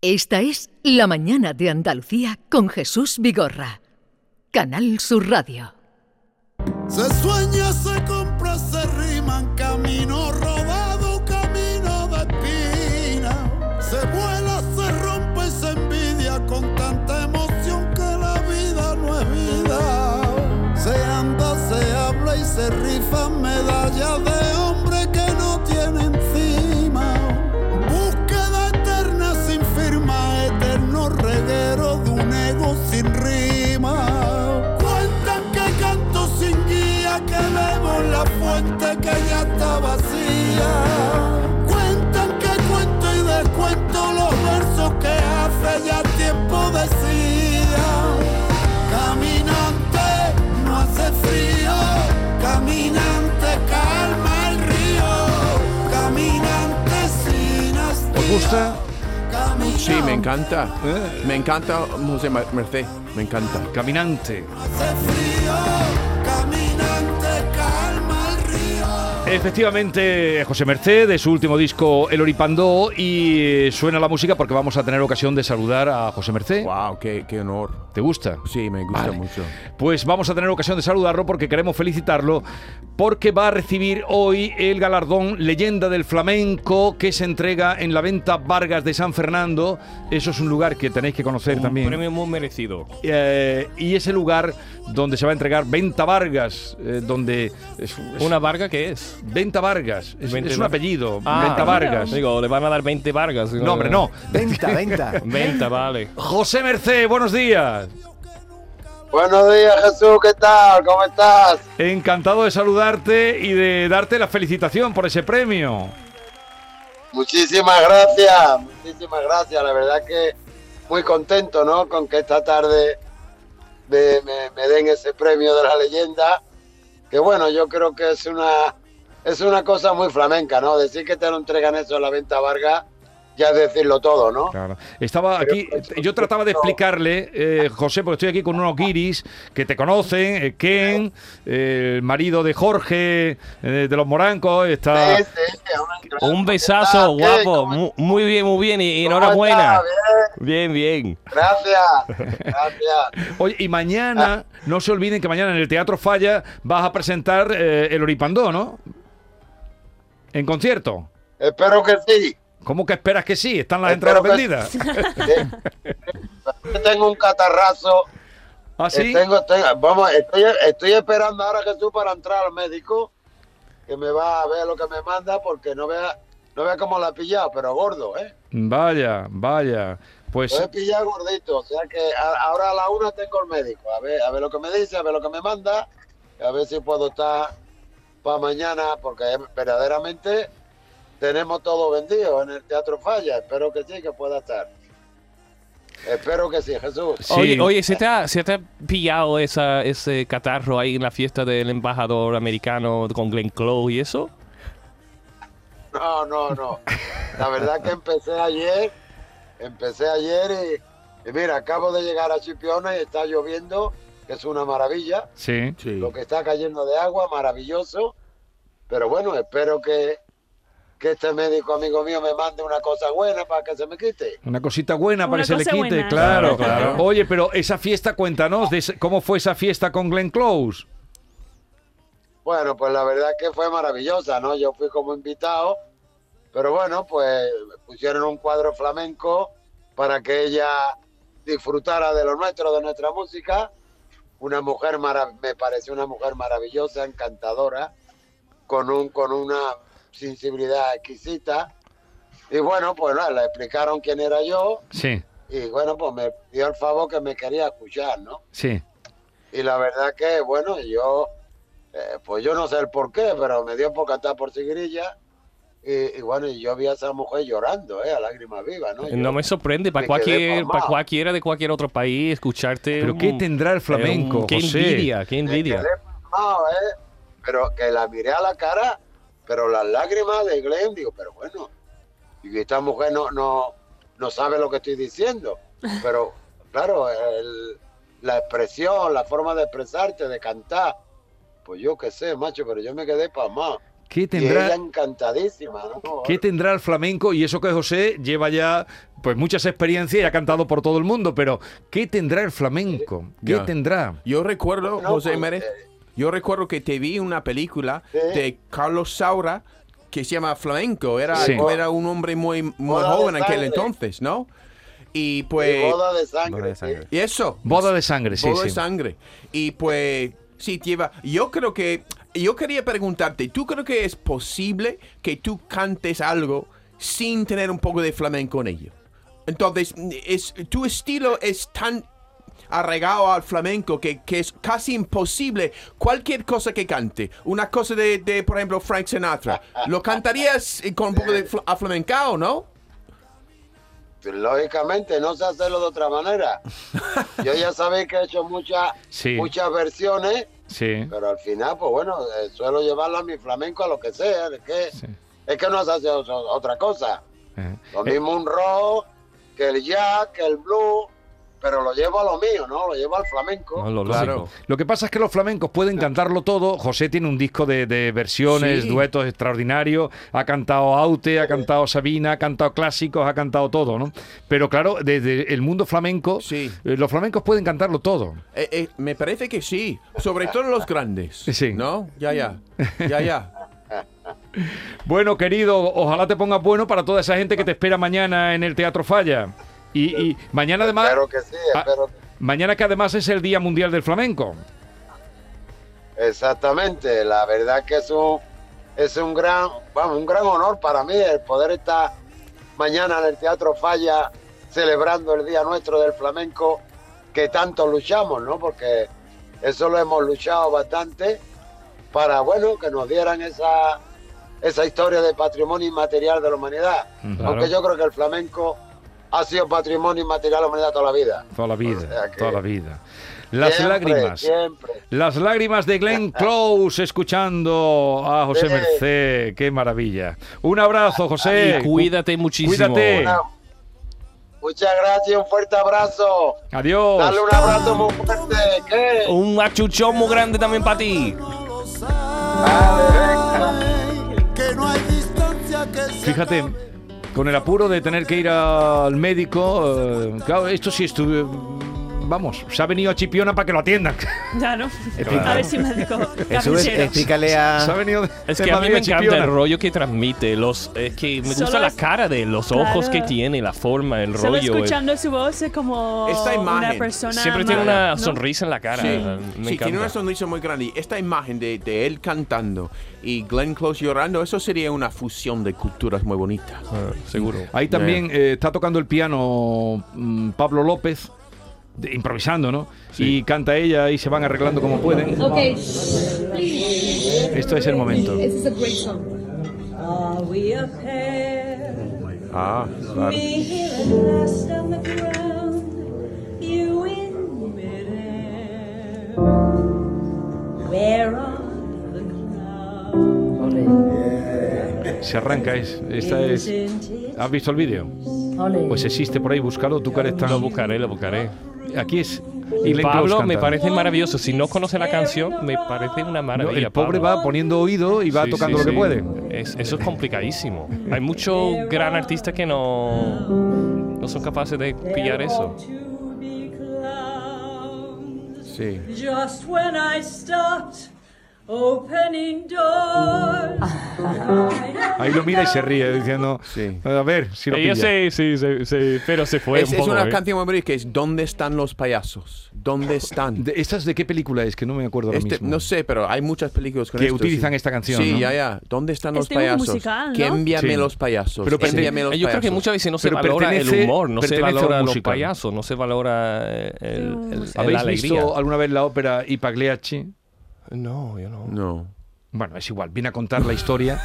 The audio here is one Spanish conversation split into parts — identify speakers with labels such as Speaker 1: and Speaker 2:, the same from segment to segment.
Speaker 1: Esta es La Mañana de Andalucía con Jesús Vigorra. Canal Sur Radio.
Speaker 2: Se sueña, se compra, se riman, camino robado, camino de espina. Se vuela, se rompe y se envidia con tanta emoción que la vida no es vida. Se anda, se habla y se rifan medallas de hombre que no tiene encima. Búsqueda eterna sin firma, eterno reguero de un ego sin rima. Cuentan que canto sin guía, que bebo en la fuente que ya está vacía. Cuentan que cuento y descuento los versos que hace ya tiempo decía. Caminante, no hace frío. Caminante, calma el río. Caminante sin hastío.
Speaker 3: ¿Os gusta?
Speaker 2: Caminante.
Speaker 3: Sí, me encanta.
Speaker 4: Eh.
Speaker 3: Me encanta José Mer- Merced. Me encanta.
Speaker 5: Caminante.
Speaker 2: Hace frío, caminante, calma el río.
Speaker 5: Efectivamente, José Merced, de su último disco El Oripandó, y eh, suena la música porque vamos a tener ocasión de saludar a José Merced.
Speaker 3: Wow, qué, qué honor.
Speaker 5: ¿Te gusta?
Speaker 3: Sí, me gusta
Speaker 5: Vale.
Speaker 3: mucho.
Speaker 5: Pues vamos a tener ocasión de saludarlo porque queremos felicitarlo porque va a recibir hoy el galardón Leyenda del Flamenco que se entrega en la venta Vargas de San Fernando. Eso es un lugar que tenéis que conocer también.
Speaker 6: Un premio muy merecido.
Speaker 5: Eh, y ese lugar donde se va a entregar Venta Vargas, eh, donde es, es-
Speaker 6: ¿Una varga qué es?
Speaker 5: Venta Vargas, es,
Speaker 6: 20
Speaker 5: es un
Speaker 6: Vargas.
Speaker 5: apellido,
Speaker 6: Ah,
Speaker 5: Venta Vargas.
Speaker 6: Digo, le van a dar 20 vargas.
Speaker 5: No, hombre, no.
Speaker 7: Venta, venta.
Speaker 6: 20, vale.
Speaker 5: José Merced, buenos días.
Speaker 4: Buenos días, Jesús, ¿qué tal? ¿Cómo estás?
Speaker 5: Encantado de saludarte y de darte la felicitación por ese premio.
Speaker 4: Muchísimas gracias, muchísimas gracias. La verdad que muy contento, ¿no? Con que esta tarde me, me- me den ese premio de la leyenda. Que bueno, yo creo que es una es una cosa muy flamenca, ¿no? Decir que te lo entregan eso a la venta Vargas ya es decirlo todo, ¿no?
Speaker 5: Claro. Estaba aquí, yo trataba de explicarle, eh, José, porque estoy aquí con unos guiris que te conocen, eh, Ken, eh, el marido de Jorge, eh, de los Morancos, está...
Speaker 4: Sí, sí, una increíble-
Speaker 6: Ah, Un
Speaker 4: ¿Cómo
Speaker 6: besazo,
Speaker 4: estás? Ah, ¿Qué?
Speaker 6: guapo.
Speaker 4: ¿Cómo-
Speaker 6: Mu- Muy bien, muy bien. Y y
Speaker 4: cómo
Speaker 6: enhorabuena.
Speaker 4: estás?
Speaker 6: Bien,
Speaker 4: Bien,
Speaker 6: bien.
Speaker 4: Gracias, gracias.
Speaker 5: Oye, y mañana, no se olviden que mañana en el Teatro Falla vas a presentar eh, El Oripandó, ¿no? En concierto.
Speaker 4: Espero que sí.
Speaker 5: ¿Cómo que esperas que sí? Están las
Speaker 4: Espero
Speaker 5: entradas
Speaker 4: que-
Speaker 5: vendidas.
Speaker 4: Sí. Tengo un catarrazo
Speaker 5: ¿Ah, sí?
Speaker 4: Tengo- tengo- vamos, estoy, estoy esperando ahora Jesús para entrar al médico, que me va a ver lo que me manda, porque no vea, no vea cómo la he pillado, pero gordo, ¿eh?
Speaker 5: Vaya, vaya. Pues
Speaker 4: Lo he pillado gordito, o sea que a- ahora a la una tengo el médico, a ver, a ver lo que me dice, a ver lo que me manda, y a ver si puedo estar para mañana, porque eh, verdaderamente tenemos todo vendido en el Teatro Falla, espero que sí, que pueda estar. Espero que sí, Jesús.
Speaker 5: Sí.
Speaker 6: Oye, oye, ¿se te ha, se te ha pillado esa, ese catarro ahí en la fiesta del embajador americano con Glenn Close y eso?
Speaker 4: No, no, no. La verdad que empecé ayer, empecé ayer y, y mira, acabo de llegar a Chipiona y está lloviendo, que es una maravilla.
Speaker 5: sí.
Speaker 3: Sí.
Speaker 4: Lo que está cayendo de agua, maravilloso. Pero bueno, espero que, que este médico amigo mío me mande una cosa buena para que se me quite.
Speaker 5: Una cosita buena para
Speaker 8: Una
Speaker 5: que se le
Speaker 8: cosa
Speaker 5: quite,
Speaker 8: buena.
Speaker 5: claro.
Speaker 6: Claro, claro.
Speaker 5: Oye, pero esa fiesta, cuéntanos, de ese- ¿cómo fue esa fiesta con Glenn Close?
Speaker 4: Bueno, pues la verdad que fue maravillosa, ¿no? Yo fui como invitado, pero bueno, pues pusieron un cuadro flamenco para que ella disfrutara de lo nuestro, de nuestra música. Una mujer, mara- me pareció una mujer maravillosa, encantadora, con, un, con una sensibilidad exquisita. Y bueno, pues nada, le explicaron quién era yo
Speaker 5: Sí,
Speaker 4: y bueno, pues me dio el favor que me quería escuchar, ¿no?
Speaker 6: Eh,
Speaker 5: sí.
Speaker 4: y la verdad que bueno yo eh, pues yo no sé el por qué pero me dio por cantar por cigrilla y, y bueno y yo vi a esa mujer llorando eh a lágrimas vivas no, Yo-
Speaker 6: No me sorprende. Para
Speaker 4: Me quedé
Speaker 6: cualquier,
Speaker 4: pasmado.
Speaker 6: para cualquiera de cualquier otro país, escucharte.
Speaker 5: ¿Pero
Speaker 6: un- eh,
Speaker 5: qué tendrá el flamenco,
Speaker 6: un- Qué
Speaker 5: José?
Speaker 6: envidia, qué
Speaker 4: me quedé
Speaker 6: envidia.
Speaker 4: pasmado, eh, pero que la miré a la cara pero las lágrimas de Glenn digo pero bueno y esta mujer no no no sabe lo que estoy diciendo pero claro el- la expresión la forma de expresarte de cantar pues yo qué sé macho pero yo me quedé pasmado
Speaker 5: ¿Qué
Speaker 4: Y ella
Speaker 5: tendrá,
Speaker 4: encantadísima, ¿no?
Speaker 5: ¿Qué tendrá el flamenco? Y eso que José lleva ya pues muchas experiencias y ha cantado por todo el mundo, pero ¿qué tendrá el flamenco? ¿Qué
Speaker 3: Ya.
Speaker 5: tendrá?
Speaker 3: Yo recuerdo,
Speaker 4: No,
Speaker 3: José
Speaker 4: pues,
Speaker 3: Mérez,
Speaker 4: eh.
Speaker 3: yo recuerdo que te vi una película
Speaker 4: Sí.
Speaker 3: de Carlos Saura que se llama Flamenco. Era,
Speaker 5: Sí.
Speaker 3: era un hombre muy, muy
Speaker 4: Boda de
Speaker 3: joven en aquel
Speaker 4: sangre.
Speaker 3: entonces, ¿no? Y
Speaker 4: Y
Speaker 3: pues...
Speaker 4: boda de sangre.
Speaker 7: Boda de
Speaker 4: sí.
Speaker 7: sangre.
Speaker 3: Y eso.
Speaker 5: Boda de sangre, sí,
Speaker 3: Boda de
Speaker 5: sí.
Speaker 3: sangre. Y pues, sí, lleva. Yo creo que. Yo quería preguntarte, ¿tú crees que es posible que tú cantes algo sin tener un poco de flamenco en ello? Entonces, es, tu estilo es tan arraigado al flamenco que, que es casi imposible cualquier cosa que cante. Una cosa de, de, por ejemplo, Frank Sinatra. Lo cantarías eh, con un poco de fl- aflamencao, ¿no?
Speaker 4: Lógicamente, no sé hacerlo de otra manera. Yo ya sabéis que he hecho muchas
Speaker 5: Sí.
Speaker 4: muchas versiones,
Speaker 5: Sí.
Speaker 4: pero al final, pues bueno, eh, suelo llevarlo a mi flamenco a lo que sea. Es que,
Speaker 5: Sí.
Speaker 4: es que no se hace o- o- otra cosa.
Speaker 5: Eh,
Speaker 4: Lo
Speaker 5: eh,
Speaker 4: mismo un rock, que el jazz, que el blues, pero lo llevo a lo mío, ¿no? Lo llevo al flamenco.
Speaker 6: No, lo
Speaker 3: Claro.
Speaker 6: lógico.
Speaker 5: Lo que pasa es que los flamencos pueden cantarlo todo. José tiene un disco de, de versiones,
Speaker 3: Sí.
Speaker 5: duetos extraordinarios. Ha cantado Aute, ha cantado Sabina, ha cantado clásicos, ha cantado todo, ¿no? Pero claro, desde el mundo flamenco,
Speaker 3: Sí.
Speaker 5: eh, los flamencos pueden cantarlo todo.
Speaker 3: Eh, eh, me parece que sí, sobre todo los grandes.
Speaker 5: Sí.
Speaker 3: ¿No? Ya, ya. Ya, ya.
Speaker 5: Bueno, querido, ojalá te pongas bueno para toda esa gente que te espera mañana en el Teatro Falla. Y, y mañana además,
Speaker 4: Espero que sí,
Speaker 5: Ah.
Speaker 4: espero que
Speaker 5: mañana que además es el Día Mundial del Flamenco.
Speaker 4: Exactamente, la verdad que es un, es un gran, vamos, un gran honor para mí el poder estar mañana en el Teatro Falla celebrando el Día Nuestro del Flamenco que tanto luchamos, ¿no? Porque eso lo hemos luchado bastante para, bueno, que nos dieran esa, esa historia de patrimonio inmaterial de la humanidad.
Speaker 5: Mm, Claro.
Speaker 4: Porque yo creo que el flamenco ha sido patrimonio inmaterial de la humanidad toda la vida.
Speaker 5: Toda la vida,
Speaker 4: O sea que-
Speaker 5: toda la vida. Las
Speaker 4: Siempre,
Speaker 5: lágrimas.
Speaker 4: Siempre.
Speaker 5: Las lágrimas de Glenn Close escuchando a José
Speaker 4: Sí.
Speaker 5: Merced. Qué maravilla. Un
Speaker 4: Ah,
Speaker 5: abrazo, José.
Speaker 6: Y cuídate muchísimo.
Speaker 5: Eh, Cuídate.
Speaker 4: Bueno, muchas gracias, un fuerte abrazo.
Speaker 5: Adiós.
Speaker 4: Dale un abrazo muy fuerte. ¿Qué?
Speaker 6: Un achuchón muy grande también para ti.
Speaker 2: No lo
Speaker 4: Vale,
Speaker 2: sabe, que no hay distancia que se
Speaker 5: Fíjate,
Speaker 2: acabe.
Speaker 5: con el apuro de tener que ir al médico, eh, claro, esto sí estuve. Vamos, se ha venido a Chipiona para que lo atiendan.
Speaker 8: Claro.
Speaker 5: Claro.
Speaker 8: A ver si me digo
Speaker 7: Eso es,
Speaker 8: carnicero.
Speaker 7: explícale
Speaker 4: Ah.
Speaker 7: a.
Speaker 5: Se ha venido de,
Speaker 6: Es
Speaker 5: de
Speaker 6: que a mí
Speaker 5: Madrid
Speaker 6: me
Speaker 5: a
Speaker 6: encanta
Speaker 5: Chipiona.
Speaker 6: el rollo que transmite, los, es que me gusta
Speaker 8: Solo
Speaker 6: la
Speaker 8: es-
Speaker 6: cara de él, los ojos
Speaker 8: Claro.
Speaker 6: que tiene, la forma, el
Speaker 8: Solo
Speaker 6: rollo. el-
Speaker 8: escuchando su voz es como
Speaker 3: Esta
Speaker 8: una
Speaker 3: imagen
Speaker 8: persona.
Speaker 6: Siempre tiene
Speaker 8: amada,
Speaker 6: una
Speaker 8: ¿no?
Speaker 6: sonrisa en la cara.
Speaker 3: Sí,
Speaker 6: Me
Speaker 3: Sí, tiene
Speaker 6: encanta.
Speaker 3: una sonrisa muy grande. Y Esta imagen de, de él cantando y Glenn Close llorando, eso sería una fusión de culturas muy bonita.
Speaker 6: Ah, seguro.
Speaker 5: Ahí también eh, está tocando el piano mm, Pablo López, de- improvisando, ¿no? Y canta ella y se van arreglando como pueden.
Speaker 9: Okay,
Speaker 5: Esto es el momento.
Speaker 9: this is a great song.
Speaker 10: Are we a pair?
Speaker 3: Ah, claro.
Speaker 10: Me here at last on the ground, you in midair. Where are the clouds?
Speaker 9: Ole,
Speaker 5: Se arranca, es. Esta es.
Speaker 10: Isn't it
Speaker 5: ¿Has visto el vídeo?
Speaker 9: ole.
Speaker 5: Pues existe por ahí, búscalo, tú que eres tan.
Speaker 6: Lo buscaré, lo buscaré.
Speaker 5: Aquí es.
Speaker 6: Y
Speaker 5: Glenn Close
Speaker 6: Pablo
Speaker 5: canta.
Speaker 6: me parece maravilloso. Si no conoce
Speaker 8: Eh,
Speaker 6: la canción, me parece una
Speaker 5: No,
Speaker 6: maravilla.
Speaker 5: el pobre
Speaker 6: Pablo.
Speaker 5: va poniendo oído y va
Speaker 6: Sí,
Speaker 5: tocando
Speaker 6: sí,
Speaker 5: lo que
Speaker 6: sí.
Speaker 5: puede.
Speaker 6: Es- eso es complicadísimo. Hay muchos gran artistas que no, no son capaces de pillar eso.
Speaker 10: to be clowns?
Speaker 3: Sí.
Speaker 10: Just when I stopped opening doors.
Speaker 6: Ah.
Speaker 5: Ahí lo mira y se ríe diciendo,
Speaker 3: Sí.
Speaker 5: a ver si lo pilla.
Speaker 6: Ella sí, sí, sí, sí, pero se fue
Speaker 3: Es,
Speaker 6: un
Speaker 3: es
Speaker 6: poco.
Speaker 3: una
Speaker 6: ¿eh?
Speaker 3: canción muy bonita que es ¿Dónde están los payasos? ¿Dónde están?
Speaker 5: De- ¿Estas de qué película es? Que no me acuerdo ahora
Speaker 3: Este,
Speaker 5: mismo.
Speaker 3: no sé, pero hay muchas películas con
Speaker 5: Que
Speaker 3: esto,
Speaker 5: utilizan
Speaker 3: sí.
Speaker 5: esta canción,
Speaker 3: Sí,
Speaker 5: ¿no?
Speaker 3: ya, ya. ¿Ddónde están los
Speaker 8: Este es un
Speaker 3: payasos?
Speaker 8: musical, ¿no?
Speaker 3: Que envíame
Speaker 5: Sí.
Speaker 3: los payasos.
Speaker 5: Pero pertene-
Speaker 3: envíame los
Speaker 6: Yo creo que
Speaker 3: payasos.
Speaker 6: muchas veces no se
Speaker 5: Pero
Speaker 6: valora el
Speaker 5: pertenece-
Speaker 6: humor, no se
Speaker 5: pertenece a un
Speaker 6: valora los
Speaker 5: musical.
Speaker 6: payasos, no se valora eh, el- el- la
Speaker 5: ¿Habéis
Speaker 6: alegría.
Speaker 5: visto alguna vez la ópera I Pagliacci?
Speaker 6: No, yo no.
Speaker 3: No.
Speaker 5: Bueno, es igual, viene a contar la historia.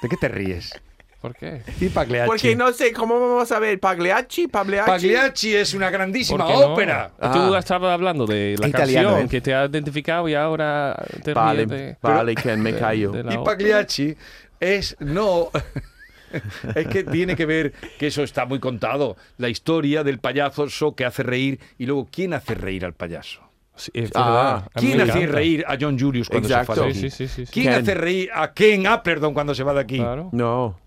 Speaker 5: ¿De qué te ríes?
Speaker 6: ¿Por qué?
Speaker 5: I Pagliacci.
Speaker 3: Porque no sé, ¿cómo vamos a ver? ¿Pagliacci? ¿Pagliacci?
Speaker 5: Pagliacci es una
Speaker 6: ¿Por
Speaker 5: grandísima
Speaker 6: qué no?
Speaker 5: ópera.
Speaker 6: Tú
Speaker 3: Ah.
Speaker 6: estabas hablando de la
Speaker 7: Italiano,
Speaker 6: canción
Speaker 7: ¿eh?
Speaker 6: que te ha identificado y ahora te
Speaker 3: Vale,
Speaker 6: ríes de-
Speaker 3: vale, Ken, me
Speaker 6: de-
Speaker 3: callo.
Speaker 6: de la
Speaker 5: Y
Speaker 6: otra.
Speaker 5: Pagliacci es no. es que tiene que ver que eso está muy contado. La historia del payaso que hace reír y luego quién hace reír al payaso.
Speaker 6: Sí, es
Speaker 3: Ah,
Speaker 6: verdad. A mí
Speaker 5: ¿Quién
Speaker 6: me
Speaker 5: hace
Speaker 6: encanta.
Speaker 5: reír a John Julius cuando
Speaker 3: Exacto.
Speaker 5: se va de
Speaker 6: Sí,
Speaker 5: aquí?
Speaker 6: sí, sí, sí, sí.
Speaker 5: ¿Quién
Speaker 3: Ken.
Speaker 5: hace reír a Ken Appleton cuando se va de aquí?
Speaker 6: Claro.
Speaker 3: No.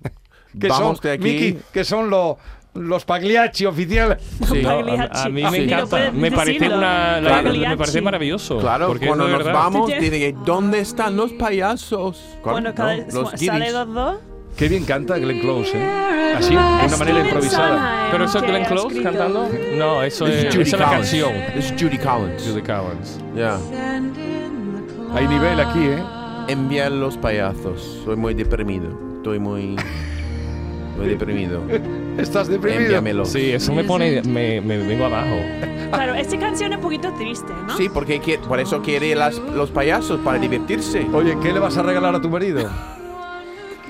Speaker 5: Que
Speaker 3: Vamos
Speaker 5: son,
Speaker 3: de aquí.
Speaker 5: Miki, que son los, los pagliacci oficiales.
Speaker 3: Sí.
Speaker 6: No,
Speaker 8: Pagliacci.
Speaker 6: a, a mí
Speaker 8: Ah,
Speaker 6: me
Speaker 8: sí, no
Speaker 6: encanta.
Speaker 8: puedes
Speaker 6: me, parece
Speaker 8: decirlo.
Speaker 6: una, la-
Speaker 3: Claro.
Speaker 6: me parece
Speaker 8: Pagliacci.
Speaker 6: maravilloso.
Speaker 3: Claro,
Speaker 6: porque
Speaker 3: cuando
Speaker 6: es
Speaker 3: nos
Speaker 6: verdad.
Speaker 3: vamos,
Speaker 8: Sí,
Speaker 3: dicen, que, ¿dónde están los payasos?
Speaker 8: Bueno, cada
Speaker 3: No,
Speaker 8: vez
Speaker 3: los
Speaker 8: sale
Speaker 3: guiris.
Speaker 8: los dos.
Speaker 5: Qué bien canta Glenn Close, ¿eh? Así, de una manera
Speaker 8: Steven
Speaker 5: improvisada.
Speaker 8: Sondheim,
Speaker 6: ¿Pero eso es
Speaker 8: eh, que
Speaker 6: Glenn
Speaker 8: ha
Speaker 6: Close
Speaker 8: escrito-
Speaker 6: cantando? No, eso
Speaker 3: This
Speaker 6: es,
Speaker 3: is
Speaker 6: Eh, esa
Speaker 3: Judy
Speaker 6: es la
Speaker 3: Collins.
Speaker 6: canción.
Speaker 3: This is Judy Collins.
Speaker 6: Judy Collins.
Speaker 3: Yeah.
Speaker 5: Hay nivel aquí, ¿eh?
Speaker 3: Enviar los payasos. Soy muy deprimido. Estoy muy. Muy deprimido.
Speaker 5: Estás deprimido.
Speaker 3: Envíamelo.
Speaker 6: Sí, eso me pone. Me, me vengo abajo.
Speaker 8: Claro, esta canción es un poquito triste, ¿no?
Speaker 3: Sí, porque quiere- por eso quiere las, los payasos, para divertirse.
Speaker 5: Oye, ¿qué le vas a regalar a tu marido?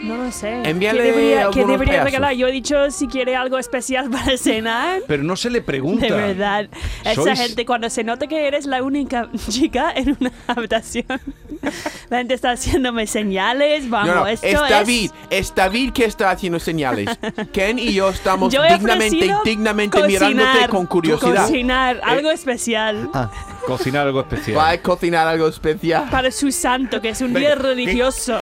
Speaker 8: No lo sé.
Speaker 3: Envíale
Speaker 8: ¿Qué debería, qué
Speaker 3: algunos
Speaker 8: debería
Speaker 3: pedazos.
Speaker 8: regalar? Yo he dicho si quiere algo especial para cenar.
Speaker 5: Pero no se le pregunta.
Speaker 8: De verdad. Esa
Speaker 5: Sois-
Speaker 8: gente, cuando se nota que eres la única chica en una habitación, la gente está haciéndome señales. Vamos,
Speaker 3: No, no,
Speaker 8: esto
Speaker 3: es
Speaker 8: es.
Speaker 3: David, es David que está haciendo señales. Ken y yo estamos
Speaker 8: Yo he
Speaker 3: dignamente,
Speaker 8: ofrecido
Speaker 3: dignamente
Speaker 8: cocinar,
Speaker 3: mirándote con curiosidad. Eh,
Speaker 8: Cocinar algo especial
Speaker 5: Ah, cocinar algo especial.
Speaker 3: Va a cocinar algo especial.
Speaker 8: para su santo, que es un día religioso.